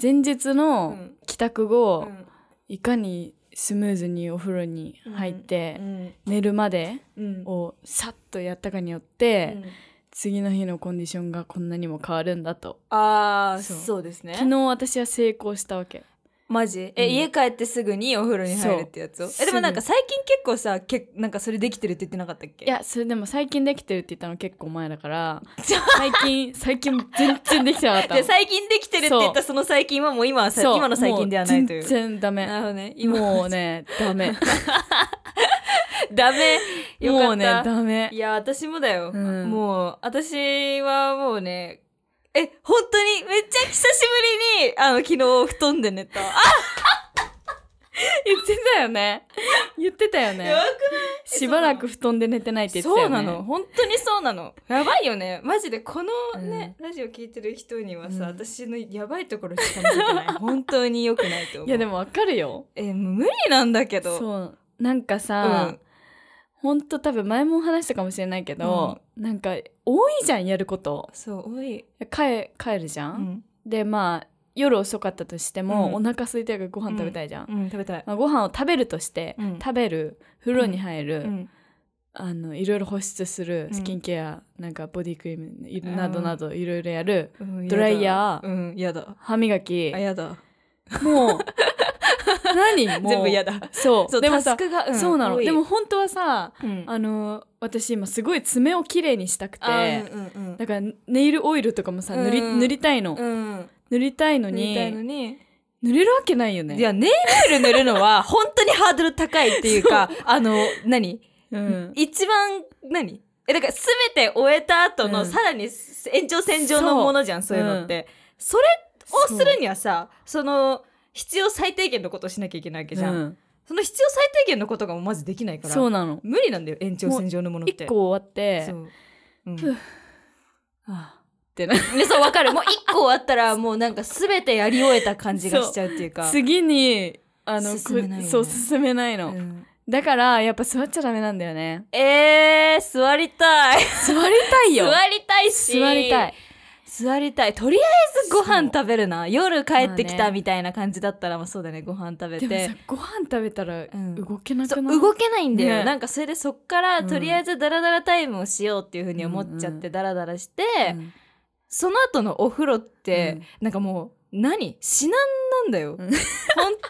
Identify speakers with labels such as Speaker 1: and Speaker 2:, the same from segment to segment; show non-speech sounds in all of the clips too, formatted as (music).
Speaker 1: 前日
Speaker 2: う
Speaker 1: の
Speaker 2: ん
Speaker 1: 帰宅
Speaker 2: う
Speaker 1: 後、
Speaker 2: ん
Speaker 1: いかにスムーズにお風呂に入って、寝るまで
Speaker 2: うん
Speaker 1: をさっとやったかによって、
Speaker 2: うん
Speaker 1: 次の日のコンディションがこんなにも変わるんだと
Speaker 2: ああ
Speaker 1: そう
Speaker 2: そうですね
Speaker 1: 昨日私は成功したわけ
Speaker 2: マジえ、
Speaker 1: うん
Speaker 2: 家帰ってすぐにお風呂に入るってやつを
Speaker 1: そう
Speaker 2: えでもなんか最近結構さけなんかそれできてるって言ってなかったっけ
Speaker 1: いやそれでも最近できてるって言ったの結構前だから最近最近全然できてなかったの
Speaker 2: で最近できてるって言ったその最近はもう今はさ
Speaker 1: そう
Speaker 2: 今の最近ではないという
Speaker 1: も全然ダ
Speaker 2: な
Speaker 1: メ
Speaker 2: るほどね今
Speaker 1: もうねダメ
Speaker 2: (laughs) ダメよかった
Speaker 1: もうねダメ
Speaker 2: いや私もだよ、
Speaker 1: うん
Speaker 2: もう私はもうねえ本当にめっちゃ久しぶりにあの昨日布団で寝たあ
Speaker 1: 言ってたよね言ってたよね
Speaker 2: やばくない
Speaker 1: しばらく布団で寝てないって言ってた
Speaker 2: そ
Speaker 1: よ
Speaker 2: う
Speaker 1: ね
Speaker 2: なの本当にそうなのやばいよねマジでこの
Speaker 1: うん
Speaker 2: ね、ラジオ聞いてる人にはさ、
Speaker 1: うん
Speaker 2: 私のやばいところしか見せてない本当に良くないと思う
Speaker 1: いやでもわかるよ
Speaker 2: えもう無理なんだけどう、
Speaker 1: そうなんかさ、
Speaker 2: ん、
Speaker 1: ほんと多分前も話したかもしれないけど、なんか多いじゃんやること
Speaker 2: そう多い、
Speaker 1: 帰帰るじゃ、
Speaker 2: うんん
Speaker 1: でまあ夜遅かったとしても、
Speaker 2: うん
Speaker 1: お腹空いてるからご飯食べたいじゃん、
Speaker 2: うん、食べたい、
Speaker 1: まあ、ご飯を食べるとして、
Speaker 2: うん
Speaker 1: 食べる風呂に入る、
Speaker 2: うん
Speaker 1: あのいろいろ保湿する
Speaker 2: うん
Speaker 1: スキンケア、なんかボディクリー
Speaker 2: うん
Speaker 1: ムなどなどいろいろやる、
Speaker 2: うん
Speaker 1: ドライヤー
Speaker 2: ーうんやだ
Speaker 1: 歯磨き
Speaker 2: あやだ (laughs)
Speaker 1: もう何もう
Speaker 2: 全部やだ
Speaker 1: そう
Speaker 2: そう
Speaker 1: でもさ
Speaker 2: タスクが、ん
Speaker 1: そうなの
Speaker 2: 多い
Speaker 1: でも本当はさ
Speaker 2: うん
Speaker 1: あの私今すごい爪をきれいにしたくて、
Speaker 2: うんうん
Speaker 1: だからネイルオイルとかもさ塗り,、
Speaker 2: うん
Speaker 1: 塗りたいの、
Speaker 2: うん、
Speaker 1: 塗りたいの
Speaker 2: 塗り
Speaker 1: に
Speaker 2: たいのに、
Speaker 1: 塗れるわけないよね
Speaker 2: いやネイル塗るのは本当にハードル高いっていうかあの何、
Speaker 1: うん、
Speaker 2: 一番何えだから全て終えた後の、
Speaker 1: うん
Speaker 2: さらに延長線上のものじゃんそういうのって、それをするにはさその必要最低限のことをしなきゃいけないわけじゃん、
Speaker 1: うん
Speaker 2: その必要最低限のことがもうまずできないから
Speaker 1: そうなの
Speaker 2: 無理なんだよ延長線上のものって
Speaker 1: 一個終わって
Speaker 2: そう、うん、
Speaker 1: ふうああってな
Speaker 2: でそうわかるもう一個終わったらもうなんか全てやり終えた感じがしちゃうっていう
Speaker 1: (laughs)
Speaker 2: か
Speaker 1: 次にあのこ
Speaker 2: 進めないよね
Speaker 1: そう進めないの、
Speaker 2: うん
Speaker 1: だからやっぱ座っちゃダメなんだよね
Speaker 2: えー、座りたい
Speaker 1: 座りたい
Speaker 2: 座
Speaker 1: よ
Speaker 2: りたいし
Speaker 1: 座りたい
Speaker 2: 座りたいとりあえずご飯食べるな夜帰ってき
Speaker 1: まあ
Speaker 2: た
Speaker 1: ね
Speaker 2: みたいな感じだったら、まあ、そうだねご飯食べ
Speaker 1: でも
Speaker 2: て
Speaker 1: さご飯食べたら
Speaker 2: うん
Speaker 1: 動けな
Speaker 2: そ
Speaker 1: く
Speaker 2: う
Speaker 1: なる、
Speaker 2: 動けないんだよ、
Speaker 1: ね
Speaker 2: なんかそれでそっから、
Speaker 1: うん
Speaker 2: とりあえずダラダラタイムをしようっていうふうに思っちゃっ
Speaker 1: うんう
Speaker 2: てダラダラして、
Speaker 1: うん
Speaker 2: その後のお風呂って、なんかもう何至難なんだよ、
Speaker 1: うん
Speaker 2: 本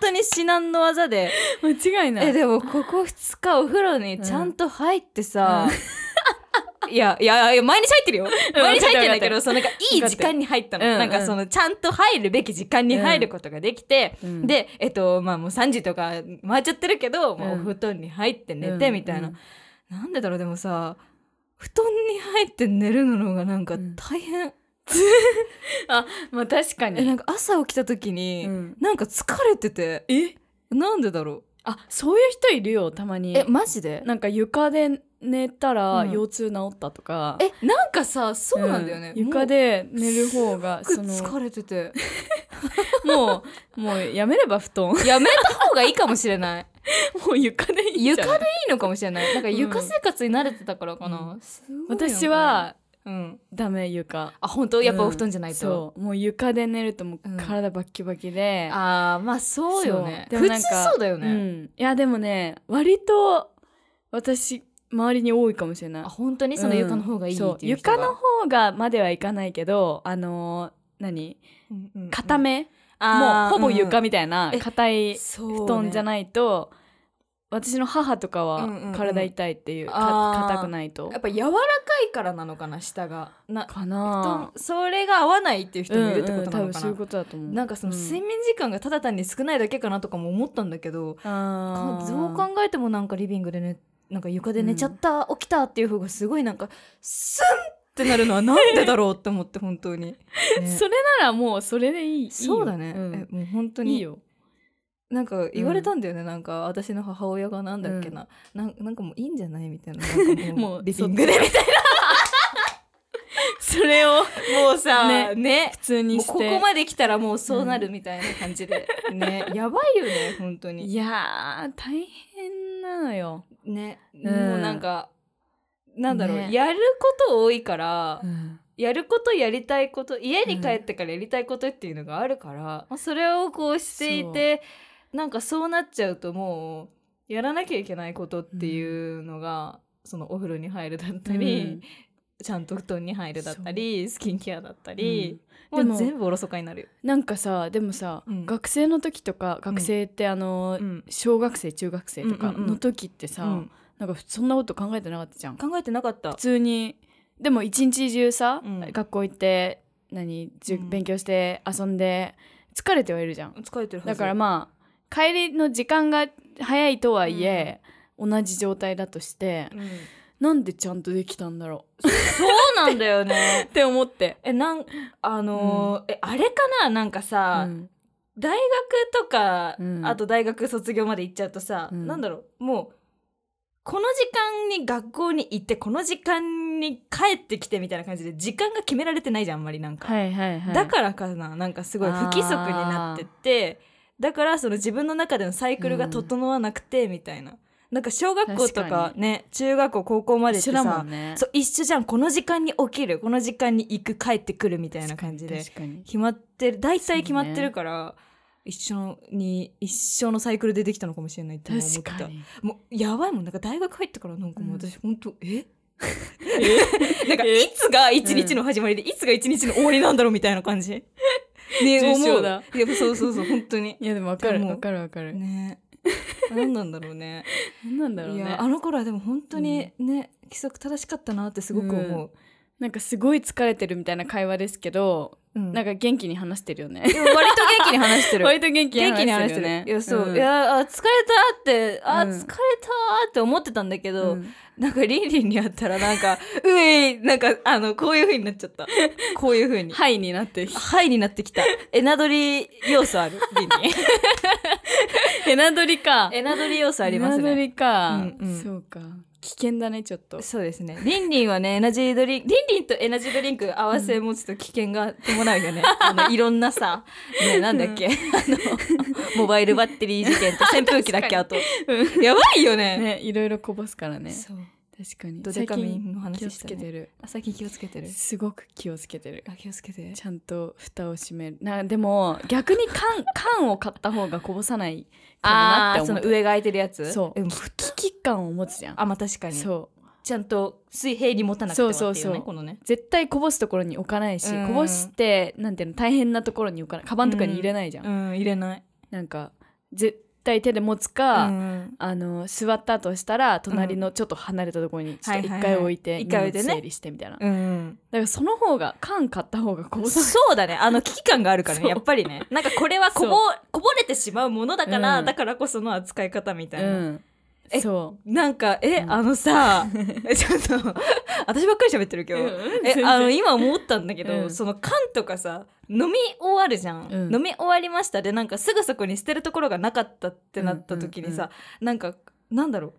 Speaker 2: 当に至難の技で
Speaker 1: うん間違いない
Speaker 2: えでもここ2
Speaker 1: (laughs)
Speaker 2: 日お風呂にちゃんと入ってさ、 (laughs) いやいやいや毎日入ってるよ
Speaker 1: うん
Speaker 2: 毎日入っ
Speaker 1: わ
Speaker 2: てんだけ
Speaker 1: かってるわかって
Speaker 2: ど
Speaker 1: る
Speaker 2: そのなんかいい時間に入ったの、
Speaker 1: わか
Speaker 2: な
Speaker 1: ってる
Speaker 2: んかそのちゃんと入るべき時間に入ることができて、
Speaker 1: うん
Speaker 2: でえっとまあもう3時とか回っちゃってるけど、もううんお布団に入って寝てみたいな、
Speaker 1: うん
Speaker 2: なんでだろうでもさ布団に入って寝るのがなんか大変、
Speaker 1: まあ確か
Speaker 2: えな
Speaker 1: に
Speaker 2: んか朝起きた時に、
Speaker 1: うん
Speaker 2: なんか疲れてて
Speaker 1: え
Speaker 2: なんでだろう
Speaker 1: あそういう人いるよたまに
Speaker 2: えマジで
Speaker 1: なんか床で寝たら
Speaker 2: うん
Speaker 1: 腰痛治ったとか、
Speaker 2: えなんかさそうなんだよね、
Speaker 1: うん床で寝る方が
Speaker 2: す
Speaker 1: そ
Speaker 2: ごく
Speaker 1: の
Speaker 2: 疲れてて
Speaker 1: もうもうやめれば布
Speaker 2: (laughs)
Speaker 1: 団も
Speaker 2: やめた方がいいかもしれないう
Speaker 1: 床で (laughs) いいじゃん
Speaker 2: 床でいいのかもしれないなんか
Speaker 1: うん
Speaker 2: 床生活に慣れてたからかな、すごいよね
Speaker 1: 私は
Speaker 2: うん
Speaker 1: ダメ床
Speaker 2: あ本当やっぱお布団じゃないと、
Speaker 1: そうもう床で寝るともう
Speaker 2: うん
Speaker 1: 体バッキバキで、
Speaker 2: あーまあそうよね
Speaker 1: そう
Speaker 2: 普
Speaker 1: でも
Speaker 2: 通
Speaker 1: なんか
Speaker 2: そうだよ
Speaker 1: う
Speaker 2: ね、
Speaker 1: んいやでもね割と私周りに多いかもしれない
Speaker 2: あ本当にその床の方がいいっていう
Speaker 1: そう
Speaker 2: 人が、
Speaker 1: 床の方がまではいかないけどあのー何
Speaker 2: うんうんうん
Speaker 1: 固め、もう
Speaker 2: あー
Speaker 1: ほぼ床
Speaker 2: うん
Speaker 1: みたいな
Speaker 2: え
Speaker 1: 硬い
Speaker 2: そうね
Speaker 1: 布団じゃないと、私の母とか
Speaker 2: うんうんう
Speaker 1: は
Speaker 2: ん
Speaker 1: 体痛いっていう、か
Speaker 2: あー
Speaker 1: 硬くないと
Speaker 2: やっぱ柔らかいからなのかな下がな
Speaker 1: か
Speaker 2: 布
Speaker 1: な
Speaker 2: 団それが合わないっていう人もいるってことなのかな、
Speaker 1: うんうん、多分そういうことだと思う
Speaker 2: なんかその
Speaker 1: うん
Speaker 2: 睡眠時間がただ単に少ないだけかなとかも思ったんだけど、
Speaker 1: あ
Speaker 2: か
Speaker 1: ー
Speaker 2: どう考えてもなんかリビングでねなんか床で寝ちゃった、起きたっていう方がすごいなんかスンってなるのはなんでだろうって思って本
Speaker 1: (laughs)
Speaker 2: 当に、ね
Speaker 1: それならもうそれでいいいいよ
Speaker 2: そうだね、
Speaker 1: ん
Speaker 2: えもう本当に
Speaker 1: いいよ
Speaker 2: なんか言われたんだよね、なんか私の母親がなんだっけな、なんなんかもういいんじゃないみたいなな
Speaker 1: (laughs)
Speaker 2: んか
Speaker 1: もう
Speaker 2: リビングで (laughs) みたい
Speaker 1: それを
Speaker 2: なもうさ
Speaker 1: ね
Speaker 2: ね
Speaker 1: 普通に
Speaker 2: もう
Speaker 1: して
Speaker 2: ここまで来たらもうそうなるみたいな感じで、ねやばいよね本当に
Speaker 1: いやー大変なのよ、
Speaker 2: ね、
Speaker 1: うん
Speaker 2: もうなんかなんだろう、
Speaker 1: ね
Speaker 2: やること多いから、やることやりたいこと家に帰ってからやりたいことっていうのがあるから、それをこうしていてなんかそうなっちゃうともうやらなきゃいけないことっていうのが、そのお風呂に入るだったり、ちゃんと布団に入るだったりスキンケアだったり、
Speaker 1: うんでも
Speaker 2: もう全部おろそかになるよ。
Speaker 1: なんかさでもさ、
Speaker 2: うん
Speaker 1: 学生の時とか学生ってあの、
Speaker 2: うん
Speaker 1: 小学生中学生とかの時ってさ、
Speaker 2: うん
Speaker 1: なんかそんなこと考えてなかったじゃん普
Speaker 2: 考えてなかった。
Speaker 1: 通にでも一日中さ、
Speaker 2: うん
Speaker 1: 学校行って何、じゅ
Speaker 2: うん
Speaker 1: 勉強して遊んで疲れてはいるじゃん
Speaker 2: 疲れてるはず
Speaker 1: だからまあ帰りの時間が早いとはいえ、同じ状態だとして
Speaker 2: うん
Speaker 1: なんでちゃんとできたんだろ
Speaker 2: そうなんだよね
Speaker 1: う。って思って、
Speaker 2: えなんあのーえあれかななんかさ、
Speaker 1: うん
Speaker 2: 大学とか、
Speaker 1: うん
Speaker 2: あと大学卒業まで行っちゃうとさ、
Speaker 1: うん
Speaker 2: なんだろうもうこの時間に学校に行ってこの時間に帰ってきてみたいな感じで時間が決められてないじゃんあんまりなんか、
Speaker 1: はいはいはい
Speaker 2: だからかななんかすごい不規則になっててだからその自分の中でのサイクルが整わなくてみたいな、なんか小学校と
Speaker 1: 確
Speaker 2: か
Speaker 1: か
Speaker 2: ね中学校高校までっ
Speaker 1: 一
Speaker 2: て
Speaker 1: 緒だ
Speaker 2: さ
Speaker 1: もんね
Speaker 2: そう一緒じゃんこの時間に起きるこの時間に行く帰ってくるみたいな感じで
Speaker 1: 確かに
Speaker 2: 決まってる大体決まってるから、一緒に一緒のサイクルでできたのかもしれないって今思
Speaker 1: 確
Speaker 2: った
Speaker 1: かに
Speaker 2: もうやばいもんなんか大学入ってからなんか
Speaker 1: う
Speaker 2: もう
Speaker 1: ん
Speaker 2: 私本当、
Speaker 1: (laughs)
Speaker 2: え (laughs) なんかいつが一日の始まりで、いつが一日の終わりなんだろうみたいな
Speaker 1: (laughs)
Speaker 2: 感じね
Speaker 1: 重
Speaker 2: 思
Speaker 1: 症
Speaker 2: う
Speaker 1: だ
Speaker 2: いやそうそうそう本当に
Speaker 1: いやでもわか
Speaker 2: で
Speaker 1: る
Speaker 2: も
Speaker 1: わかるわかる、
Speaker 2: ね何なんだろうね
Speaker 1: なんなんだろう
Speaker 2: い
Speaker 1: ね
Speaker 2: やあの頃はでも本当にね、規則正しかったなってすごく思う、
Speaker 1: なんかすごい疲れてるみたいな会話ですけど、
Speaker 2: うん
Speaker 1: なんか元気に話してるよね
Speaker 2: でも割と元気に話してる
Speaker 1: 割と元気に
Speaker 2: 元
Speaker 1: 話
Speaker 2: 気に
Speaker 1: し
Speaker 2: 話してて
Speaker 1: る
Speaker 2: る
Speaker 1: よね
Speaker 2: いやそう、
Speaker 1: ん
Speaker 2: いやあ疲れたってあ、
Speaker 1: うん
Speaker 2: 疲れたって思ってたんだけど、
Speaker 1: うん
Speaker 2: なんかリンリンに会ったらなんか (laughs) うえいなんかあのこういう風になっちゃった (laughs) こういう風には
Speaker 1: はいになって
Speaker 2: いになってきたエナドリ要素あるリン (laughs) リン
Speaker 1: エナドリか
Speaker 2: エナドリ要素あります
Speaker 1: エナド
Speaker 2: ね
Speaker 1: リか、
Speaker 2: うんうん
Speaker 1: そうか危険だねちょっと
Speaker 2: そうですねリンリンはねエナジードリンクリンリンとエナジードリンク合わせ持つと危険が伴う (laughs) よね、あのいろんなさ、ね、なんだっけ、あのモバイルバッテリー事件と扇風機だっけあと、やばいよね
Speaker 1: ねいろいろこぼすからね
Speaker 2: そう
Speaker 1: 確かに
Speaker 2: ドデカミンの
Speaker 1: 最近気
Speaker 2: 話
Speaker 1: を
Speaker 2: し
Speaker 1: つ
Speaker 2: た、
Speaker 1: け
Speaker 2: ね、
Speaker 1: てる
Speaker 2: あ最近気をつけてる
Speaker 1: すごく気をつけてる
Speaker 2: あ気をつけて
Speaker 1: ちゃんと蓋を閉めるなでも逆に缶 (laughs) 缶を買った方がこぼさないかなって
Speaker 2: そ
Speaker 1: 思
Speaker 2: の
Speaker 1: う
Speaker 2: 上が空いてるやつ
Speaker 1: そう
Speaker 2: うん
Speaker 1: 危機感を持つじゃん
Speaker 2: あまあ確かに
Speaker 1: そう
Speaker 2: ちゃんと水平に持たなくてはってい
Speaker 1: そうう
Speaker 2: ね
Speaker 1: そうそう
Speaker 2: このね
Speaker 1: 絶対こぼすところに置かないし、
Speaker 2: うん
Speaker 1: こぼしてなんていうの大変なところに置かないカバンとかに入れないじゃん、
Speaker 2: ん入れない
Speaker 1: なんか絶対手で持つ
Speaker 2: う
Speaker 1: か、
Speaker 2: ん
Speaker 1: あの座ったとしたら隣のちょっと離れたところにちょっと一回置いて
Speaker 2: はい
Speaker 1: 荷
Speaker 2: はいは
Speaker 1: 物
Speaker 2: い一回置いてね
Speaker 1: 整理してみたいな、だ
Speaker 2: うん
Speaker 1: からその方が缶買った方がこぼさない
Speaker 2: そうだねあの危機感があるから
Speaker 1: そ
Speaker 2: ね
Speaker 1: う
Speaker 2: やっぱりねなんかこれはこぼこぼれてしまうものだから、
Speaker 1: うん
Speaker 2: だからこその扱い方みたいな、
Speaker 1: うん
Speaker 2: え
Speaker 1: そ
Speaker 2: なんかえ、
Speaker 1: うん
Speaker 2: あの (laughs) さえちょっと私ばっかり喋ってる
Speaker 1: う
Speaker 2: 今日、
Speaker 1: (laughs) うん
Speaker 2: えあの今思ったんだけど、
Speaker 1: うん
Speaker 2: その缶とかさ飲み終わるじゃん、
Speaker 1: うん
Speaker 2: 飲み終わりましたでなんかすぐそこに捨てるところがなかったってなった時にさ、
Speaker 1: うん
Speaker 2: なんかなんだろう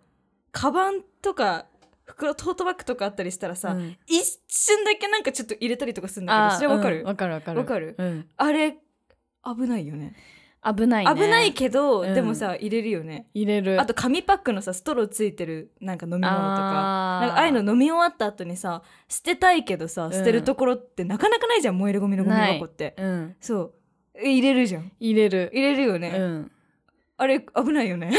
Speaker 2: カバンとか袋トートバッグとかあったりしたらさ、
Speaker 1: うん
Speaker 2: 一瞬だけなんかちょっと入れたりとかするんだけどそれわか
Speaker 1: う
Speaker 2: る
Speaker 1: ん、わかるわかる
Speaker 2: わかる
Speaker 1: うん
Speaker 2: あれ危ないよね
Speaker 1: 危ないね
Speaker 2: 危ないけど、
Speaker 1: うん
Speaker 2: でもさ入れるよね
Speaker 1: 入れる
Speaker 2: あと紙パックのさストローついてるなんか飲み物とか
Speaker 1: あー
Speaker 2: なんかああいうの飲み終わった後にさ捨てたいけどさ
Speaker 1: ん
Speaker 2: 捨てるところってなかなかないじゃん、燃えるゴミのゴミ箱って
Speaker 1: うん
Speaker 2: そうえ入れるじゃん
Speaker 1: 入れる
Speaker 2: 入れるよね、
Speaker 1: うん
Speaker 2: あれ危ないよね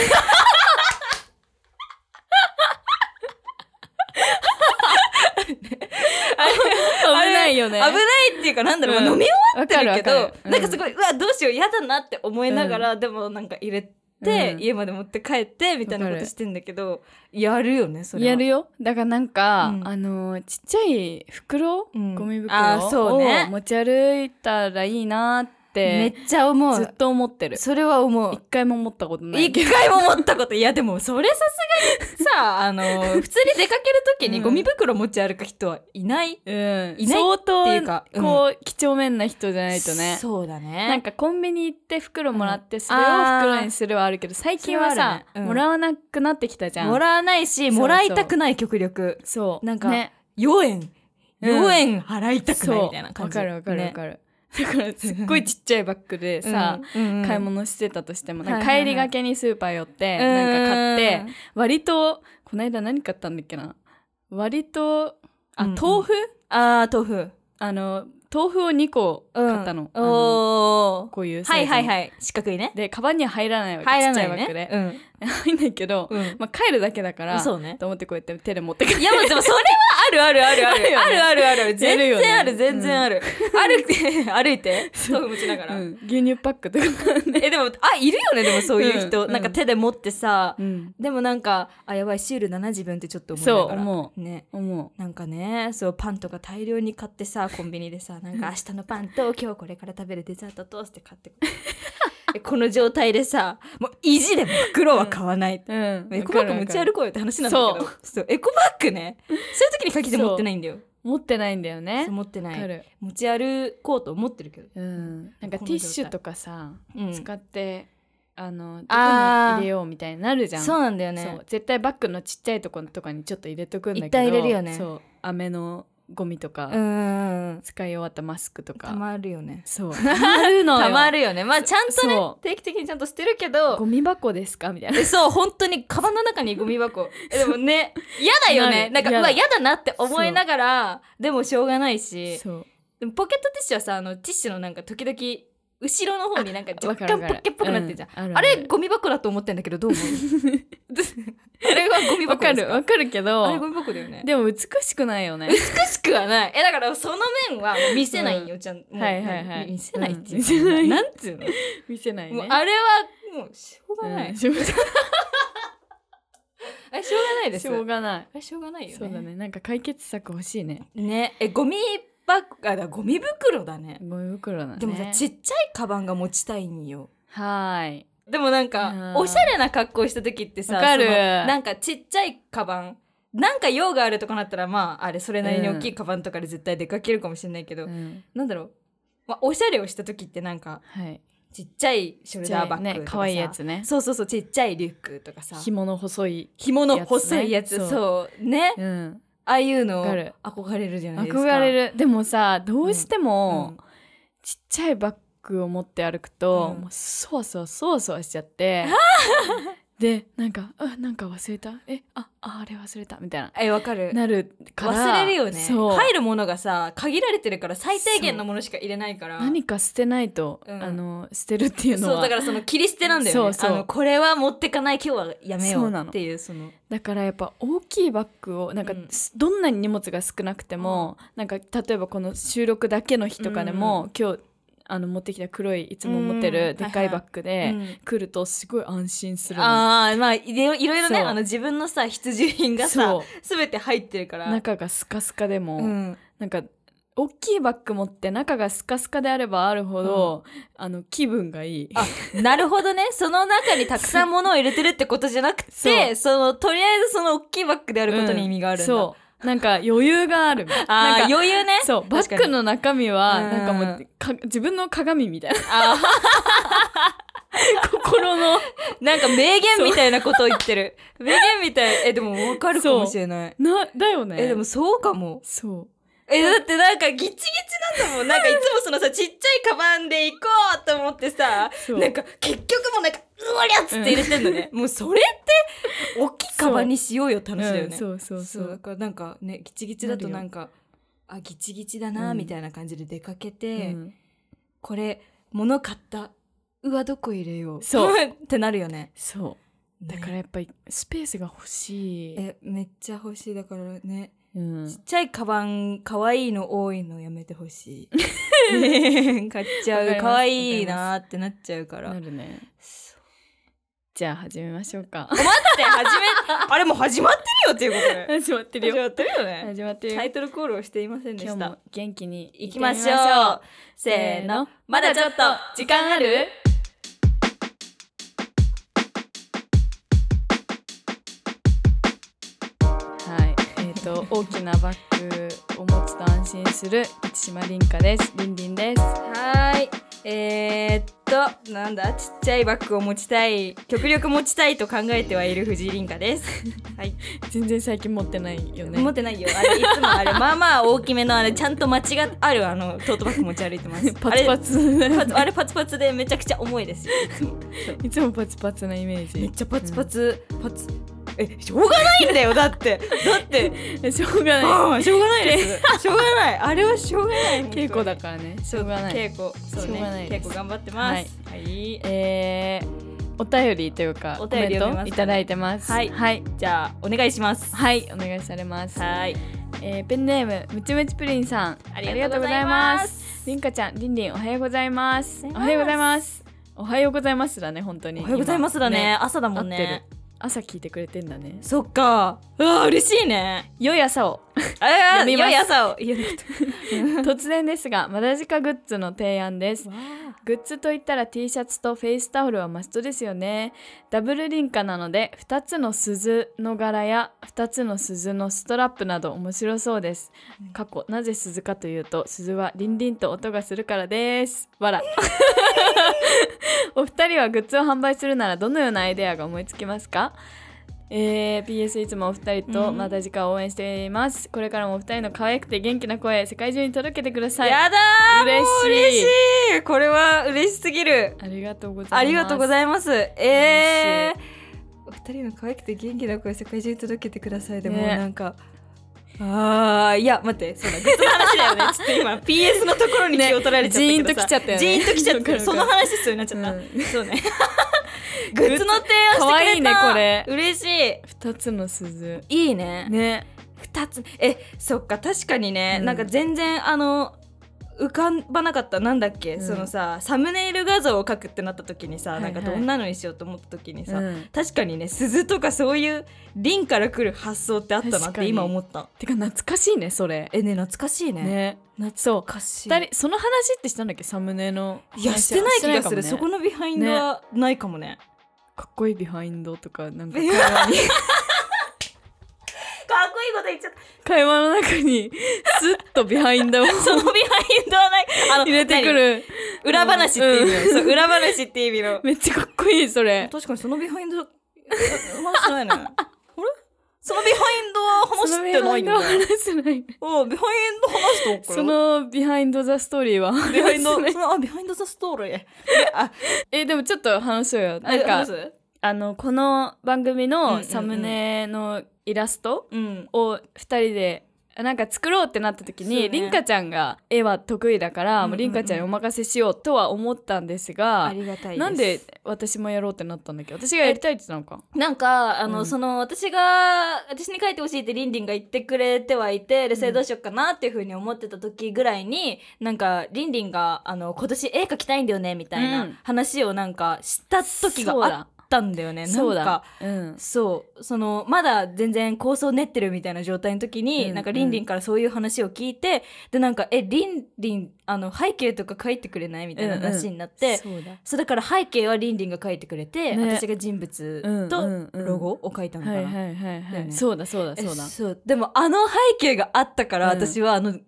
Speaker 1: 危ないよ
Speaker 2: (laughs) 危
Speaker 1: ね
Speaker 2: ないっていうかなんだろう、まあ
Speaker 1: うん
Speaker 2: 飲み終
Speaker 1: わかる
Speaker 2: わっ
Speaker 1: わ
Speaker 2: てるけ
Speaker 1: かる
Speaker 2: どなんかすごいうわどうしよう嫌だなって思いながら、でもなんか入れて、
Speaker 1: うん
Speaker 2: 家まで持って帰ってみたいなこ
Speaker 1: わか
Speaker 2: と
Speaker 1: る
Speaker 2: してんだけどやるよねそれは
Speaker 1: やるよだからなんか、
Speaker 2: うん
Speaker 1: あのーちっちゃい袋、
Speaker 2: うん
Speaker 1: ゴミ
Speaker 2: あーそ
Speaker 1: 袋
Speaker 2: う
Speaker 1: を
Speaker 2: ね
Speaker 1: 持ち歩いたらいいなーって、
Speaker 2: めっちゃ思
Speaker 1: ず
Speaker 2: う
Speaker 1: っと思ってる
Speaker 2: それは思う
Speaker 1: 一回も思ったことない
Speaker 2: 一回も持ったこといやでもそれさすがに
Speaker 1: (laughs)
Speaker 2: さあの普通に出かける時に
Speaker 1: うん
Speaker 2: ゴミ袋持ち歩く人はいないっ
Speaker 1: うん
Speaker 2: いない
Speaker 1: 相当
Speaker 2: ていうか、うん
Speaker 1: こう几帳面な人じゃないとね
Speaker 2: そうだね
Speaker 1: なんかコンビニ行って袋もらってそれを
Speaker 2: あー
Speaker 1: 袋にするはあるけど最近は
Speaker 2: それはあ
Speaker 1: さ
Speaker 2: るねうん
Speaker 1: もらわなくなってきたじゃん
Speaker 2: もらわないし
Speaker 1: うそう
Speaker 2: もらいたくない極力
Speaker 1: そう
Speaker 2: なんか
Speaker 1: ね
Speaker 2: 4円
Speaker 1: うん
Speaker 2: 4円払いたくない
Speaker 1: そう
Speaker 2: みたいな感じ
Speaker 1: わかるわかるわ
Speaker 2: る
Speaker 1: かる、 (laughs) だからすっごいちっちゃいバッグでさ、買い物してたとしてもなんか帰りがけにスーパー寄ってなんか買って割とこの間何買ったんだっけな割とあ
Speaker 2: うんうん
Speaker 1: 豆腐、
Speaker 2: ああ豆腐
Speaker 1: あの豆腐を2個買ったの,、あの
Speaker 2: お
Speaker 1: こういう
Speaker 2: ーはいはい
Speaker 1: い
Speaker 2: はい四角いね
Speaker 1: でカバンには入らないわけ
Speaker 2: 入らな
Speaker 1: ちっ
Speaker 2: い
Speaker 1: ちゃいバッグで、
Speaker 2: ね
Speaker 1: 入んないけど、
Speaker 2: うん
Speaker 1: まあ、帰るだけだか
Speaker 2: う
Speaker 1: ら
Speaker 2: んそうね
Speaker 1: と思ってこうやって手で持って帰る
Speaker 2: いやもうでもそれはあるあるあるあるあ
Speaker 1: (laughs) ある
Speaker 2: る
Speaker 1: よ
Speaker 2: あるある全
Speaker 1: やるよね
Speaker 2: 然ある全然ある歩いて (laughs) 歩いて豆腐持ちながら
Speaker 1: うん牛乳パックとか、
Speaker 2: えでもあいるよねでもそういう人
Speaker 1: うん
Speaker 2: なんか手で持ってさ
Speaker 1: うん、
Speaker 2: でもなんかあやばいシール7自分ってちょっと思いな
Speaker 1: そう
Speaker 2: がら
Speaker 1: 思
Speaker 2: うね
Speaker 1: う思
Speaker 2: なんかねそうパンとか大量に買ってさコンビニでさなんか明日のパンと今日これから食べるデザートトースト買って (laughs) でこの状態でさもう意地でも袋は買わないって
Speaker 1: う、うん、
Speaker 2: エコバッグ持ち
Speaker 1: わかるわかる
Speaker 2: 歩こうよって話なんだけど
Speaker 1: そ
Speaker 2: そうエコバッグねそういう時に鍵で持ってないんだよ
Speaker 1: 持ってないんだよね
Speaker 2: そう持って
Speaker 1: わ
Speaker 2: な
Speaker 1: か
Speaker 2: い
Speaker 1: る、
Speaker 2: 持ち歩こうと思ってるけど、
Speaker 1: うん、なんかティッシュとかさ、
Speaker 2: うん
Speaker 1: 使ってあのどこに
Speaker 2: あー
Speaker 1: 入れようみたいになるじゃん
Speaker 2: そうなんだよね
Speaker 1: そう絶対バッグのちっちゃいとことかにちょっと入れとくんだけど
Speaker 2: 一旦入れるよね
Speaker 1: そう飴のゴミとか、
Speaker 2: うーん
Speaker 1: 使い終わったマスクとか
Speaker 2: たまるよね
Speaker 1: そうたまるのよ
Speaker 2: たまるよねまあちゃんとね
Speaker 1: そ
Speaker 2: 定期的にちゃんと捨てるけ
Speaker 1: ゴ
Speaker 2: ど
Speaker 1: ミ箱ですかみたいな
Speaker 2: えそう本当にカバンの中にゴミ箱えでもね嫌だよねな
Speaker 1: なんる嫌
Speaker 2: かう
Speaker 1: だ
Speaker 2: わ嫌だなって思いながらでもしょうがないし
Speaker 1: そう
Speaker 2: でもポケットティッシュはさあのティッシュのなんか時々後ろの方になんか
Speaker 1: わ
Speaker 2: 若
Speaker 1: かる
Speaker 2: 干
Speaker 1: わか
Speaker 2: ポ
Speaker 1: る
Speaker 2: ッケっぽくなってるじゃん、
Speaker 1: うんある
Speaker 2: あ
Speaker 1: ある
Speaker 2: れゴミ箱だと思ってんだけどどう (laughs) 思うあれはゴミ
Speaker 1: わ
Speaker 2: 箱
Speaker 1: か
Speaker 2: です
Speaker 1: る
Speaker 2: か
Speaker 1: わかるけ
Speaker 2: あれゴ
Speaker 1: ど
Speaker 2: ミ箱だよね
Speaker 1: でも美しくないよ
Speaker 2: (laughs)
Speaker 1: ね
Speaker 2: 美しくはないえだからその面は見せないよ、ちゃんもう
Speaker 1: はいはいはい
Speaker 2: 見見せないっていう
Speaker 1: うん見せない
Speaker 2: なんつうの
Speaker 1: 見せない
Speaker 2: もう
Speaker 1: ね
Speaker 2: あれはもうしょうがない、
Speaker 1: うんしょうがな
Speaker 2: あれしょうがないで
Speaker 1: い
Speaker 2: す
Speaker 1: しょうがない
Speaker 2: あれしょうがないよね
Speaker 1: そうだねなんか解決策欲しいね
Speaker 2: ねえゴミバッグあだゴミ袋だね
Speaker 1: ゴミ袋だね
Speaker 2: でもさちっちゃいカバンが持ちたいんよ
Speaker 1: はーい
Speaker 2: でもなん
Speaker 1: あ
Speaker 2: か
Speaker 1: ー
Speaker 2: おしゃれな格好した時ってさ
Speaker 1: わかる
Speaker 2: そのなんかちっちゃいカバンなんか用があるとかなったらまああれそれなりに大きいカバンとかで絶対出かけるかもしれないけど、
Speaker 1: うん
Speaker 2: なんだろう、まあ、おしゃれをした時ってなんか
Speaker 1: はい
Speaker 2: ちっちゃいショルダーバッグとかさ
Speaker 1: ね可愛いやつね
Speaker 2: そうそうそうちっちゃいリュックとかさ
Speaker 1: 紐の細い
Speaker 2: 紐の細いやつ
Speaker 1: やつね
Speaker 2: そうね
Speaker 1: うん
Speaker 2: ああいうの
Speaker 1: わかる
Speaker 2: 憧れるじゃないですか
Speaker 1: 憧れるでもさどうして
Speaker 2: うん
Speaker 1: もちっちゃいバッグを持って歩くと、
Speaker 2: うん
Speaker 1: もうそわそわそわそわしちゃって (laughs) でなんかあなんか忘れたえあああれ忘れたみたいな
Speaker 2: えわかる
Speaker 1: なるから
Speaker 2: 忘れるよね
Speaker 1: そう
Speaker 2: 入るものがさ限られてるから最低限のものしか入れないから
Speaker 1: 何か捨てないと、
Speaker 2: うん
Speaker 1: あの捨てるっていうのは
Speaker 2: そう
Speaker 1: だか
Speaker 2: だからその切り捨てなんだよね
Speaker 1: そうそう
Speaker 2: あのこれは持ってかない今日はやめよ
Speaker 1: そうな
Speaker 2: う
Speaker 1: の
Speaker 2: っていうその
Speaker 1: らやっぱ大きいバッグをなんか、
Speaker 2: うん
Speaker 1: すどんなに荷物が少なくても、なんか例えばこの収録だけの日とかでも、今日あの持ってきた黒いいつも持って
Speaker 2: う
Speaker 1: る
Speaker 2: ん
Speaker 1: でっかいバッグで
Speaker 2: うん
Speaker 1: 来るとすごい安心するの
Speaker 2: ああまあいろいろいろね
Speaker 1: そう
Speaker 2: あの自分のさ必需品が
Speaker 1: そ
Speaker 2: さ
Speaker 1: う
Speaker 2: 全て入ってるから
Speaker 1: 中がスカスカでも、
Speaker 2: うん
Speaker 1: なんか大きいバッグ持って中がスカスカであればあるほど、あの気分がいい
Speaker 2: あなるほどねその中にたくさん物を入れてるってことじゃなくてそのとりあえずその大きいバッグであることに意味があるんだ、
Speaker 1: うんそうなんか余裕があるみたい
Speaker 2: あ
Speaker 1: なん
Speaker 2: ー
Speaker 1: か
Speaker 2: 余裕ね
Speaker 1: そうバ
Speaker 2: 確か
Speaker 1: ッ
Speaker 2: に
Speaker 1: グの中身は
Speaker 2: うん
Speaker 1: なんかもうか自分の鏡みたいな
Speaker 2: あー
Speaker 1: (laughs) 心の
Speaker 2: なんか名言みたいなことを言ってる。名言みたい。え、でも分かるかもしれない。
Speaker 1: なだよね
Speaker 2: え、でもそうかも。
Speaker 1: そう
Speaker 2: え、だってなんかギチギチなんだもん。なんかいつもそのさ、ちっちゃいカバンで行こうと思ってさ、
Speaker 1: そう
Speaker 2: なんか結局もうなんか、うわりゃっつって入れてんの (laughs) ね。もうそれって、大きいカバンにしようよって話だよ
Speaker 1: うん
Speaker 2: ね。
Speaker 1: そうそうそ
Speaker 2: そうだ
Speaker 1: う
Speaker 2: からなんかね、ギチギチだとなんか、あ、ギチギチだな、
Speaker 1: うん
Speaker 2: みたいな感じで出かけ
Speaker 1: う
Speaker 2: て、
Speaker 1: ん
Speaker 2: これ、物買った。うわ、どこ入れよう。
Speaker 1: そう
Speaker 2: (laughs) ってなるよね。
Speaker 1: そうだから
Speaker 2: ね
Speaker 1: やっぱりスペースが欲しい、
Speaker 2: えめっちゃ欲しいだからね、
Speaker 1: うん
Speaker 2: ちっちゃいカバン可愛いの多いのやめてほしいね (laughs) 買っち
Speaker 1: わか
Speaker 2: ゃ
Speaker 1: り
Speaker 2: う
Speaker 1: ます
Speaker 2: 可愛いなーってなっちゃうから
Speaker 1: (laughs) なるねじゃあ始めましょうか
Speaker 2: って
Speaker 1: (laughs)
Speaker 2: 始めあれもう始まってるよっていうことで
Speaker 1: 始まってる
Speaker 2: (laughs) 始
Speaker 1: よ
Speaker 2: まってるよね
Speaker 1: 始まってるよ
Speaker 2: タイトルコールをしていませんで
Speaker 1: 今
Speaker 2: し
Speaker 1: 日も
Speaker 2: た
Speaker 1: 元気に
Speaker 2: 行
Speaker 1: 行
Speaker 2: きましょうせーのま
Speaker 1: ま
Speaker 2: だ
Speaker 1: だち
Speaker 2: ちょ
Speaker 1: ょ
Speaker 2: っ
Speaker 1: っ
Speaker 2: と
Speaker 1: と
Speaker 2: 時
Speaker 1: 時
Speaker 2: 間
Speaker 1: 間
Speaker 2: あ
Speaker 1: あ
Speaker 2: る
Speaker 1: るはいえっ、と大きなバッグを持つと安心する一島凛香ですりんりんです
Speaker 2: はーいえー、っとなんだちっちゃいバッグを持ちたい極力持ちたいと考えてはいる藤井凛香ですはい
Speaker 1: 全然最近持ってないよね
Speaker 2: 持ってないよあれいつも
Speaker 1: (laughs)
Speaker 2: あれまあまあ大きめのあれちゃんと間違っあるあのトートバッグ持ち歩いてます
Speaker 1: (laughs) パツパツ
Speaker 2: あれ
Speaker 1: (laughs)
Speaker 2: パツあれパツパツでめちゃくちゃ重いですよいつも
Speaker 1: いつもパツパツなイメージ
Speaker 2: めっちゃパツパツ、パツえしょうがないんだよだってだ (laughs) って
Speaker 1: しょうが
Speaker 2: あ
Speaker 1: な
Speaker 2: あしょうがないですしょうがないあれはしょうがない
Speaker 1: い稽古だ
Speaker 2: か
Speaker 1: からねしょうがない
Speaker 2: 稽古そう
Speaker 1: しょうがな
Speaker 2: ね
Speaker 1: いで
Speaker 2: 稽
Speaker 1: す
Speaker 2: 古頑張ってますはい
Speaker 1: えー、お便りというか
Speaker 2: お便り
Speaker 1: コ
Speaker 2: 読め
Speaker 1: メ
Speaker 2: ま
Speaker 1: ン
Speaker 2: す
Speaker 1: トいただいてます
Speaker 2: はい
Speaker 1: はい、
Speaker 2: じゃあお願いします
Speaker 1: はいお願いされます、
Speaker 2: はい
Speaker 1: えー、ペンネームムチムチプリンさん
Speaker 2: ありがとうござ
Speaker 1: あ
Speaker 2: い
Speaker 1: りがとうござい
Speaker 2: ま
Speaker 1: ます
Speaker 2: す
Speaker 1: りんかちゃんりんりんおはようございます
Speaker 2: お
Speaker 1: お
Speaker 2: は
Speaker 1: は
Speaker 2: よ
Speaker 1: よ
Speaker 2: う
Speaker 1: う
Speaker 2: ご
Speaker 1: ご
Speaker 2: ざ
Speaker 1: ざい
Speaker 2: いま
Speaker 1: ますおはようございますだね本当に
Speaker 2: おはようございますだね朝だも
Speaker 1: 合っ
Speaker 2: ん
Speaker 1: てる
Speaker 2: ね
Speaker 1: 朝聞いてくれてんだね
Speaker 2: そっかうわ嬉しいね
Speaker 1: 良い朝
Speaker 2: (laughs)
Speaker 1: を
Speaker 2: あ
Speaker 1: 読みます
Speaker 2: 良い朝を言えなかった
Speaker 1: 突然ですがマダジカグッズの提案ですグッズといったら T シャツとフェイスタオルはマストですよねダブルリンカなので2つの鈴の柄や2つの鈴のストラップなど面白そうです過去なぜ鈴かというと鈴はリンリンと音がするからですわらお二人はグッズを販売するならどのようなアイデアが思いつきますかえー、PS いつもお二人とまた時間を応援しています、これからもお二人の可愛くて元気な声世界中に届けてください
Speaker 2: やだー
Speaker 1: 嬉しい
Speaker 2: もう嬉しいこれは嬉しすぎる
Speaker 1: ありがとうございます
Speaker 2: ありがとうございますえーお二人の可愛くて元気な声世界中に届けてくださいでもう
Speaker 1: ね
Speaker 2: なんかあーいや待ってそうだグッズの話だよ
Speaker 1: (laughs)
Speaker 2: ねちょっと今 PS のところに気を取られちゃったけど
Speaker 1: ね
Speaker 2: さ、
Speaker 1: ジーンと来ちゃったよね
Speaker 2: ジーンと来ちゃっ
Speaker 1: わかるわ
Speaker 2: たそ
Speaker 1: かる
Speaker 2: の話しそうになっちゃった、
Speaker 1: うん
Speaker 2: そうね (laughs) グッズの提案してくれた
Speaker 1: 可愛いねこれ
Speaker 2: 嬉し
Speaker 1: 二つの鈴
Speaker 2: いいいね
Speaker 1: ね
Speaker 2: 二つえそっか確かにね、
Speaker 1: うん
Speaker 2: なんか全然あの浮かばなかったなんだっけ、
Speaker 1: うん
Speaker 2: そのさサムネイル画像を描くってなった時にさ、
Speaker 1: はいはい
Speaker 2: なんかどんなのにしようと思った時にさ、
Speaker 1: うん
Speaker 2: 確かにね鈴とかそういう凛から来る発想ってあったなっ
Speaker 1: 確か
Speaker 2: て
Speaker 1: に
Speaker 2: 今思った
Speaker 1: てか懐かしいねそれ
Speaker 2: えね懐かしいね
Speaker 1: ねそう
Speaker 2: 懐かしい
Speaker 1: 二人その話ってしたんだっけサムネの
Speaker 2: いやしてない気がする、
Speaker 1: そ
Speaker 2: そ
Speaker 1: こ
Speaker 2: このビハインドはないかもね
Speaker 1: かっこいいビハインドとかなんか
Speaker 2: え
Speaker 1: 会話に
Speaker 2: かっこいいこと言っちゃった
Speaker 1: 会話の中にスッとビハイン
Speaker 2: (laughs)
Speaker 1: ドを
Speaker 2: そのビハインドはないあの
Speaker 1: 入れてくる
Speaker 2: 何裏話っていう意味の、そう裏話っていう意味の
Speaker 1: めっちゃかっこいいそれ
Speaker 2: 確かにそのビハイン (laughs) ド話してないね。あれそのビハインドは話してな
Speaker 1: そ
Speaker 2: いよ
Speaker 1: のビハインド
Speaker 2: ね。
Speaker 1: を話せない
Speaker 2: うん、ビハインド話しておくから。
Speaker 1: そのビハインドザストーリーは
Speaker 2: ビハイ
Speaker 1: 話せ
Speaker 2: ン
Speaker 1: な
Speaker 2: ド、
Speaker 1: い
Speaker 2: そのあビハインドザストーリー。
Speaker 1: (laughs) えでもちょっと話そうよ
Speaker 2: な
Speaker 1: なんんか、
Speaker 2: か
Speaker 1: あのこの番組
Speaker 2: うんうんう
Speaker 1: の
Speaker 2: ん
Speaker 1: サムネのイラスト、
Speaker 2: うん。
Speaker 1: を2人でなんか作ろうってなった時
Speaker 2: そう
Speaker 1: に、
Speaker 2: ね
Speaker 1: りんかちゃんが絵は得意だから、
Speaker 2: うんうんうん
Speaker 1: もうりんかちゃんにお任せしようとは思ったんですが
Speaker 2: りがた
Speaker 1: なんで私もやろうってなったんだっけ私がやりたいって言ったのか。
Speaker 2: なんか、あの、
Speaker 1: うん
Speaker 2: その、私が、私に書いてほしいってリンリンが言ってくれてはいて、で、それどうしようかなっていうふうに思ってた時ぐらいに、なんか、リンリンが、あの、今年絵描きたいんだよね、みたいうなん話をなんか、した時があったんだよね。
Speaker 1: そう
Speaker 2: なんか
Speaker 1: だ、うん、
Speaker 2: そうそのまだ全然構想練ってるみたいな状態の時に、
Speaker 1: うんうん
Speaker 2: なんかりんりんからそういう話を聞いてでなんか「えりんりんあの背景とか書いてくれない?」みたいな話になって、
Speaker 1: そうだ
Speaker 2: そうだから背景はりんりんが書いてくれて、
Speaker 1: ね
Speaker 2: 私が人物
Speaker 1: うん
Speaker 2: と
Speaker 1: うんうん
Speaker 2: ロゴを書いたのか
Speaker 1: は
Speaker 2: な。
Speaker 1: いはいはいは
Speaker 2: だ
Speaker 1: い、
Speaker 2: よね
Speaker 1: そうだそうだそうだ
Speaker 2: えそうでもあの背景があったから、
Speaker 1: うん
Speaker 2: 私はあの2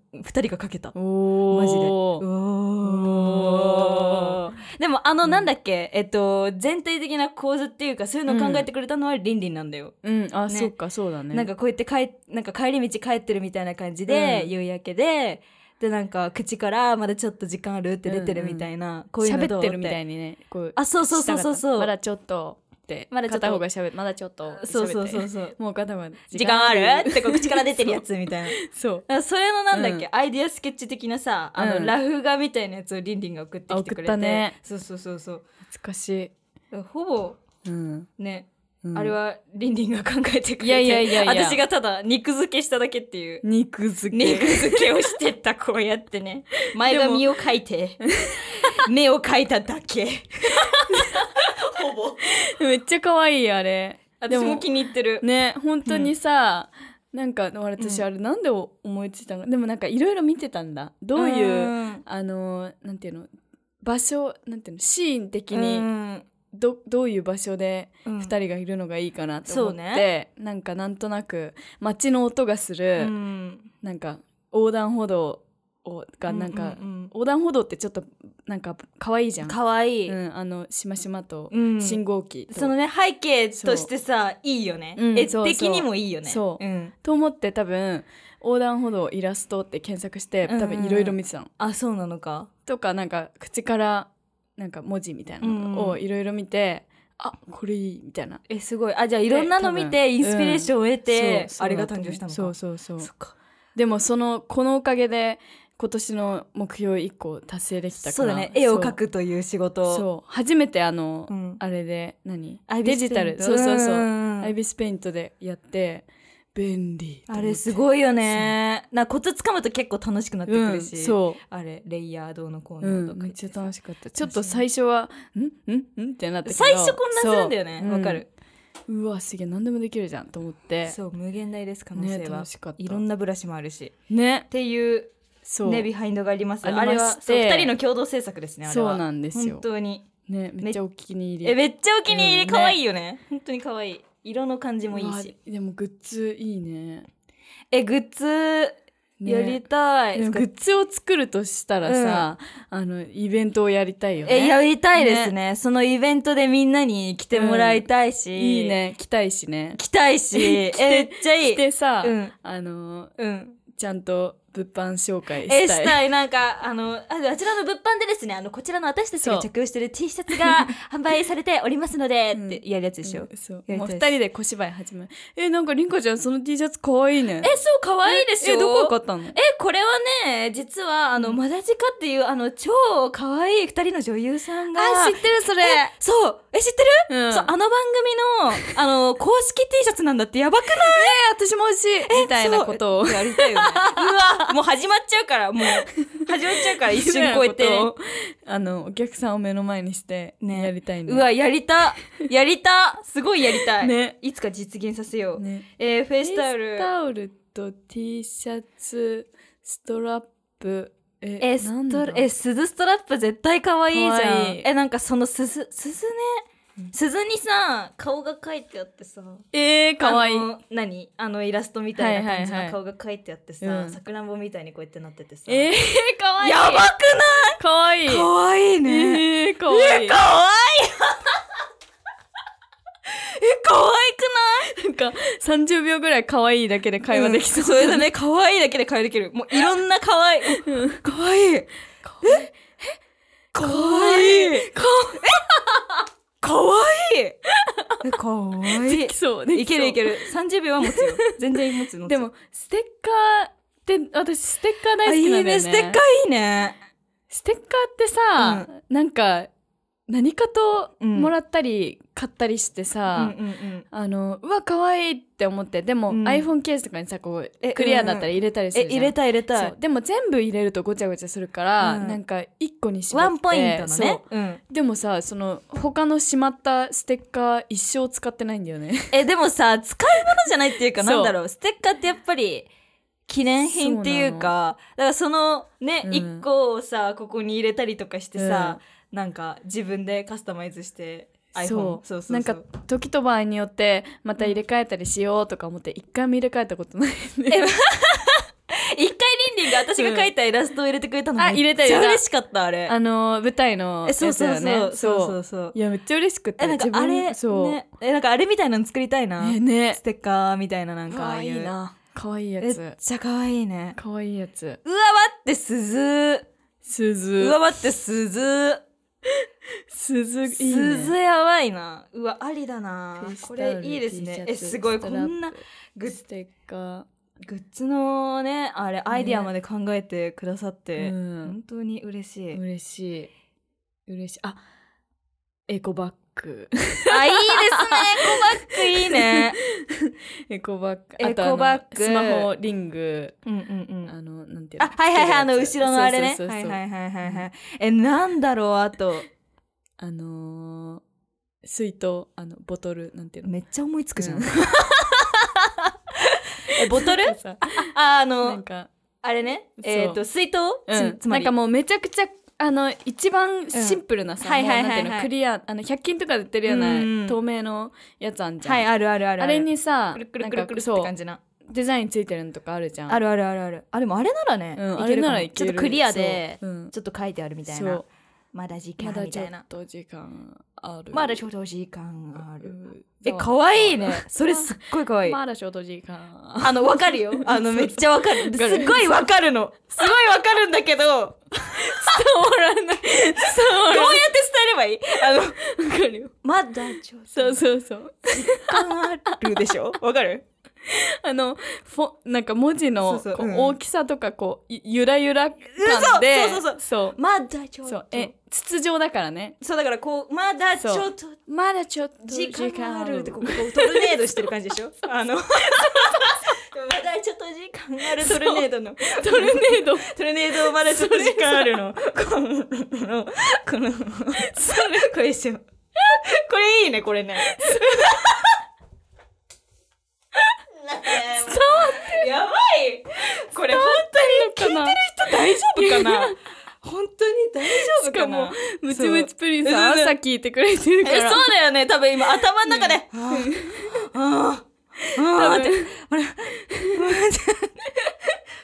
Speaker 2: 人が書けた。
Speaker 1: お
Speaker 2: マジで
Speaker 1: お
Speaker 2: おーでもあのなんだっけ、えっと全体的な構図っていうかそういうのを考えてくれたのはりんりんなんだよ。
Speaker 1: うんあ、
Speaker 2: ね
Speaker 1: そっかそうだね
Speaker 2: なんかこうやって帰なんか帰り道帰ってるみたいな感じで、
Speaker 1: うん
Speaker 2: 夕焼けででなんか口からまだちょっと時間あるって出てるみたいな、こういうの
Speaker 1: 喋ってるみた
Speaker 2: い
Speaker 1: いにねこう
Speaker 2: あそうそうそうそうそう
Speaker 1: まだちょっとって
Speaker 2: まだちょっと
Speaker 1: 片方が喋ってまだちょっと喋って
Speaker 2: そうそうそうそう
Speaker 1: もう片方が
Speaker 2: 時間あるってこう口から出てるやつみたいなだ
Speaker 1: そう
Speaker 2: から (laughs) それのなんだっけ、
Speaker 1: う
Speaker 2: アイディアスケッチ的なさあの、
Speaker 1: うん
Speaker 2: ラフ画みたいなやつをりんりんが送ってきてくれて
Speaker 1: あ送ったね
Speaker 2: そうそうそうそう
Speaker 1: 懐かし
Speaker 2: ほぼ
Speaker 1: い、うん
Speaker 2: ね、
Speaker 1: うん
Speaker 2: あれはりんりんが考えてくれて
Speaker 1: いやいやいやいや
Speaker 2: 私がただ肉付けしただけっていう
Speaker 1: 肉付け
Speaker 2: 肉付けをしてったこうやってね前髪を描い (laughs) て目を描いただけほぼ
Speaker 1: (laughs) めっちゃ可愛いあれで
Speaker 2: 私
Speaker 1: も
Speaker 2: も気に入ってる、
Speaker 1: ね本当にさ、なんか私あれなんで思いついたの、でもなんかいろいろ見てたんだどういう
Speaker 2: う
Speaker 1: あのなんていうの場所なんていうのシーン的
Speaker 2: 気
Speaker 1: に
Speaker 2: に
Speaker 1: ど,、どういう場所で
Speaker 2: 二
Speaker 1: 2人がいるのがいいかなと思って、
Speaker 2: そう
Speaker 1: なんかなんとなく街の音がする、
Speaker 2: うん
Speaker 1: なんか横断歩道をがなんか、
Speaker 2: ううん
Speaker 1: 横断歩道ってちょっとなんか可愛いじゃん。
Speaker 2: かわいい、
Speaker 1: うん、あのしましまと
Speaker 2: うん
Speaker 1: 信号機と,、
Speaker 2: そのね背景としてさいいよね、
Speaker 1: うん
Speaker 2: 絵
Speaker 1: そうそう
Speaker 2: 的にもいいよね
Speaker 1: そうんと思って多分横断歩道イラストって検索して
Speaker 2: うんうん
Speaker 1: 多分いろいろ見てたの。
Speaker 2: あそうなのか
Speaker 1: とかなんか口からなんか文字みたいな
Speaker 2: うん
Speaker 1: のをいろいろ見て、あこれいいみたいな
Speaker 2: えすごいあじゃあいろんなの見てインスピレーションを得て、
Speaker 1: そう
Speaker 2: あれが誕生したのか
Speaker 1: そうそうそう
Speaker 2: そっか
Speaker 1: でもそのこのおかげで今年の目標1個達成できたから
Speaker 2: そうだね絵を描くという
Speaker 1: そ
Speaker 2: 仕
Speaker 1: う
Speaker 2: 事
Speaker 1: そう初めてあの、
Speaker 2: うん
Speaker 1: あれで何
Speaker 2: アイビ
Speaker 1: デ
Speaker 2: スペイ
Speaker 1: ジ
Speaker 2: ント
Speaker 1: タルそうそうそう、
Speaker 2: ん
Speaker 1: アイビスペイントでやって便利
Speaker 2: あれす
Speaker 1: い
Speaker 2: ごいよねなコツつかむと結構楽しくなってくるし、
Speaker 1: うん、そう
Speaker 2: あれレイヤーどうのこう
Speaker 1: う
Speaker 2: のと
Speaker 1: ん、
Speaker 2: か
Speaker 1: めっ
Speaker 2: 言て
Speaker 1: ち
Speaker 2: さ
Speaker 1: ゃ楽しかったちょっと最初は「んんんってなったけど
Speaker 2: 最初混乱するんだよね
Speaker 1: そう
Speaker 2: わ、かる、
Speaker 1: うんうわすげえ何でもできるじゃんと思って
Speaker 2: そう無限大です可能
Speaker 1: ね
Speaker 2: 性は、
Speaker 1: 楽しかった
Speaker 2: いろんなブラシもあるし
Speaker 1: ね
Speaker 2: っていう
Speaker 1: そう
Speaker 2: ねビハインドがあります
Speaker 1: あり
Speaker 2: あ
Speaker 1: まして
Speaker 2: れはそう二人の共同制作ですねあれは
Speaker 1: そうなんですよ
Speaker 2: 本当に
Speaker 1: ねめっちゃお気に入り
Speaker 2: えめっちゃお気に入
Speaker 1: う
Speaker 2: り
Speaker 1: んね
Speaker 2: 可愛いよね本当に可愛い色の感じもいいうし
Speaker 1: わでもグッズいいね
Speaker 2: えグッズ
Speaker 1: ね
Speaker 2: やりたい、
Speaker 1: でもグッズを作るとしたらさ、あのイベントをやりたいよね
Speaker 2: えやりたいですねそのイベントでみんなに来てもらいたいし、
Speaker 1: いいね来たいしね
Speaker 2: 来たいしえ
Speaker 1: 来て
Speaker 2: めっちゃい
Speaker 1: 来
Speaker 2: い
Speaker 1: てさ、
Speaker 2: うん
Speaker 1: あの
Speaker 2: うん
Speaker 1: ちゃんと物販紹介
Speaker 2: え
Speaker 1: した
Speaker 2: し
Speaker 1: い
Speaker 2: たいなんかあのああちらの物販でですねあのこちらの私たちが
Speaker 1: そう
Speaker 2: 着用してる T シャツ (laughs) が販売されておりますので
Speaker 1: うん
Speaker 2: ってやるやつでしょ、
Speaker 1: うんそう
Speaker 2: やり
Speaker 1: も
Speaker 2: た
Speaker 1: う
Speaker 2: い
Speaker 1: 二
Speaker 2: し
Speaker 1: 人で小芝居始めるえなんかりんかちゃんその T シャツ可愛いね
Speaker 2: えそう可愛いでしょ
Speaker 1: えどこで買ったの
Speaker 2: えこれはね実はあの、マダジカっていうあの超可愛い二人の女優さんが
Speaker 1: てるそれ
Speaker 2: そうえ知ってる、
Speaker 1: うん
Speaker 2: そうあの番組のあの公式 T シャツなんだってやばく (laughs) ない
Speaker 1: 私も欲しいみたいなことを
Speaker 2: そうやりたいよねうわもう始まっちゃうからもう始まっちゃうから一瞬超えて
Speaker 1: (laughs) みたいなことをあのお客さんを目の前にして
Speaker 2: ね
Speaker 1: やりたいね
Speaker 2: うわやりたやりたすごいやりたい、
Speaker 1: ね
Speaker 2: いつか実現させよう、
Speaker 1: ね
Speaker 2: えーフェイスタ
Speaker 1: フ
Speaker 2: オ
Speaker 1: ェイ
Speaker 2: ル
Speaker 1: スタオルと T シャツストラップえ
Speaker 2: え
Speaker 1: な
Speaker 2: ス
Speaker 1: んだ
Speaker 2: トラえ鈴ストラップ絶対可愛いじゃん
Speaker 1: 可愛い
Speaker 2: えなんかその鈴鈴
Speaker 1: う
Speaker 2: ね鈴にさ顔が描いてあってさ
Speaker 1: えー、かわいい
Speaker 2: あの何あのイラストみたいな感じ
Speaker 1: はいはいはい
Speaker 2: の顔が描いてあってさ、
Speaker 1: うん
Speaker 2: さくらんぼみたいにこうやってなっててさ、
Speaker 1: えー、かわいい
Speaker 2: やばく
Speaker 1: かわいい
Speaker 2: ない可愛い
Speaker 1: えー、かわいい
Speaker 2: 可愛い (laughs) え可愛くな
Speaker 1: な
Speaker 2: い
Speaker 1: んか30秒ぐらいかわいいだけで会話できそう、
Speaker 2: うんそれだね可愛いだけで会話でき (laughs) るもういろんな可愛い可愛いえ可愛い
Speaker 1: か
Speaker 2: 可愛いえ可愛い
Speaker 1: できそうできそう
Speaker 2: いけるいける30秒は持つよ全然持つ持つ
Speaker 1: でもステッカーって私ステッカー大
Speaker 2: あ
Speaker 1: 好
Speaker 2: い
Speaker 1: きないんだよね
Speaker 2: ねステッカーいいね
Speaker 1: ステッカーってさ、なんか何かともらったり買ったりして
Speaker 2: うん
Speaker 1: さ、
Speaker 2: うんうん
Speaker 1: あのうわ可愛いって思ってでも、
Speaker 2: うん
Speaker 1: iPhone ケースとかにさこう
Speaker 2: え
Speaker 1: クリアだったら入れたりす
Speaker 2: え
Speaker 1: るじゃん
Speaker 2: 入れたい入れた
Speaker 1: そう
Speaker 2: い
Speaker 1: でも全部入れるとごちゃごちゃするから、
Speaker 2: うん
Speaker 1: なんか一個に絞って
Speaker 2: ワンポイントのね
Speaker 1: そ
Speaker 2: うん
Speaker 1: うでもさその他のしまったステッカー一生使ってないんだよね
Speaker 2: えでもさ使い物じゃないっていうか
Speaker 1: そう
Speaker 2: なんだろうステッカーってやっぱり記念品っていうかだからそのね
Speaker 1: うん
Speaker 2: 一、個をさここに入れたりとかしてさ、なんか自分でカスタマイズして
Speaker 1: そ
Speaker 2: iPhone
Speaker 1: う
Speaker 2: そうそうそう
Speaker 1: なんか時と場合によってまた入れ替えたりしようとか思って一回も入れ替えたことないんで
Speaker 2: 一回リンリンが私が描いたイラストを入れてくれたの
Speaker 1: うんあ
Speaker 2: め
Speaker 1: 入れ
Speaker 2: っちゃ
Speaker 1: た入れた
Speaker 2: 嬉しかったあ
Speaker 1: (laughs)
Speaker 2: れ
Speaker 1: あの舞台の
Speaker 2: えそうそう
Speaker 1: や
Speaker 2: そう
Speaker 1: つだよね
Speaker 2: そうそうそう
Speaker 1: いやめっちゃ嬉しくて
Speaker 2: えなんかあれ
Speaker 1: そう、
Speaker 2: ねえなんかあれみたいなの作りたいな、
Speaker 1: ねね
Speaker 2: ステッカーみたいななんか
Speaker 1: か
Speaker 2: あ
Speaker 1: わ
Speaker 2: あ
Speaker 1: いい
Speaker 2: いう
Speaker 1: なかわいいや
Speaker 2: めっ
Speaker 1: つ
Speaker 2: ちゃ可愛いね
Speaker 1: かわいいやつ
Speaker 2: うわ待って鈴
Speaker 1: 鈴
Speaker 2: うわ待って鈴
Speaker 1: 鈴いいね
Speaker 2: 鈴やばいなうわありだな
Speaker 1: フェイスタ
Speaker 2: こ
Speaker 1: オル
Speaker 2: れいいです
Speaker 1: T シャ
Speaker 2: ね
Speaker 1: ツ
Speaker 2: えすごい
Speaker 1: スト
Speaker 2: こ
Speaker 1: ラップ
Speaker 2: んなグッ
Speaker 1: ステッカ
Speaker 2: グッズのねあれアイディアまで考えてくださって、
Speaker 1: ーうん
Speaker 2: 本当に嬉しい、
Speaker 1: 嬉しい嬉しいあエコバッグ
Speaker 2: あいいですねエコバッグい
Speaker 1: (laughs)
Speaker 2: いね
Speaker 1: エコバッグ
Speaker 2: (laughs) エコ
Speaker 1: あとあの
Speaker 2: バッグ
Speaker 1: スマホリング
Speaker 2: うんうんうん
Speaker 1: あのなんていうの
Speaker 2: あはいはいはいあの
Speaker 1: つけるやつ
Speaker 2: 後ろのあれね
Speaker 1: そうそうそうそう
Speaker 2: はいはいはいはいはいえなんだろうあと
Speaker 1: あのー水筒あのボトルなんていうの
Speaker 2: めっちゃ思いつくじゃん、
Speaker 1: うん
Speaker 2: えボトル
Speaker 1: さ
Speaker 2: ああ
Speaker 1: な
Speaker 2: の
Speaker 1: んか
Speaker 2: あれね
Speaker 1: そう
Speaker 2: えっ、と水筒、
Speaker 1: うん
Speaker 2: つつま
Speaker 1: なん
Speaker 2: り
Speaker 1: かもうめちゃくちゃあの一番シンプルなさ、
Speaker 2: うんはいはいはいはい
Speaker 1: もうなんてうのクリアあの100均とかで売ってるような
Speaker 2: うん
Speaker 1: 透明のやつあんじゃん、
Speaker 2: はいあるあるある
Speaker 1: あれにさ
Speaker 2: くるくるく
Speaker 1: な
Speaker 2: る
Speaker 1: んか
Speaker 2: くるって
Speaker 1: そう
Speaker 2: 感じな
Speaker 1: デザインついてるのとかあるじゃん
Speaker 2: あ
Speaker 1: る、
Speaker 2: るあるあるあるあでもあれならね、
Speaker 1: うん、
Speaker 2: い
Speaker 1: あ
Speaker 2: け
Speaker 1: れ
Speaker 2: るか
Speaker 1: な
Speaker 2: も
Speaker 1: らいける
Speaker 2: ちょっとクリアで
Speaker 1: そううん
Speaker 2: ちょっと書いてあるみたい
Speaker 1: そ
Speaker 2: な
Speaker 1: う
Speaker 2: まだ時
Speaker 1: ま
Speaker 2: 間
Speaker 1: だ
Speaker 2: み
Speaker 1: ち
Speaker 2: た
Speaker 1: ょっ
Speaker 2: いな。
Speaker 1: と時間ある。
Speaker 2: まだちょっと時間あ
Speaker 1: う
Speaker 2: る。
Speaker 1: ん
Speaker 2: え、かわいいね。それすっごいかわいい。
Speaker 1: まだちょっと時間。
Speaker 2: あの、わかる
Speaker 1: (laughs)
Speaker 2: よ。あの、めっちゃわかる。
Speaker 1: わかる
Speaker 2: すっごいわかるの。すごいわかるんだけど、どうや
Speaker 1: (laughs)
Speaker 2: って
Speaker 1: らない。そう。
Speaker 2: 伝えればいいあの、
Speaker 1: わかるよ。
Speaker 2: まだちょっ
Speaker 1: そう
Speaker 2: と時
Speaker 1: そうそう。
Speaker 2: 間あるでしょわかる
Speaker 1: あの、フォ、なんか文字の
Speaker 2: そうそう
Speaker 1: こう
Speaker 2: うん
Speaker 1: 大きさとか、こう、ゆゆらゆら感で。
Speaker 2: そうそうそう
Speaker 1: そう。
Speaker 2: まだちょっ
Speaker 1: そ
Speaker 2: と
Speaker 1: う。え、筒状だからね。
Speaker 2: そうだからこう、まだちょっと
Speaker 1: まだちょっと
Speaker 2: 時間あるってこここうトルネードしてる感じでしょあのまだちょっと時間あるトルネードの
Speaker 1: トルネード。
Speaker 2: トルネードまだちょっと時間あるのこのこのこれでしょこれいいねこれねやばいこれ本当に聞いてる人大丈夫かな本当に大丈夫
Speaker 1: し
Speaker 2: かな
Speaker 1: かもムチムチプリンさん
Speaker 2: そう
Speaker 1: 朝聞いてくれてるか
Speaker 2: (laughs) えそう
Speaker 1: ら。
Speaker 2: だよね多分今頭の中で、ああああってあれ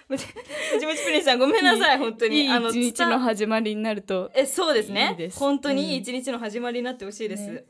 Speaker 2: ムチムチムチプリンさんごめんなさい本当に
Speaker 1: いい
Speaker 2: あの
Speaker 1: 一日
Speaker 2: 伝
Speaker 1: の始まりになると。
Speaker 2: えそうですね
Speaker 1: いいです
Speaker 2: 本当にいい
Speaker 1: うん
Speaker 2: 一日の始まりになってほしいです、
Speaker 1: ね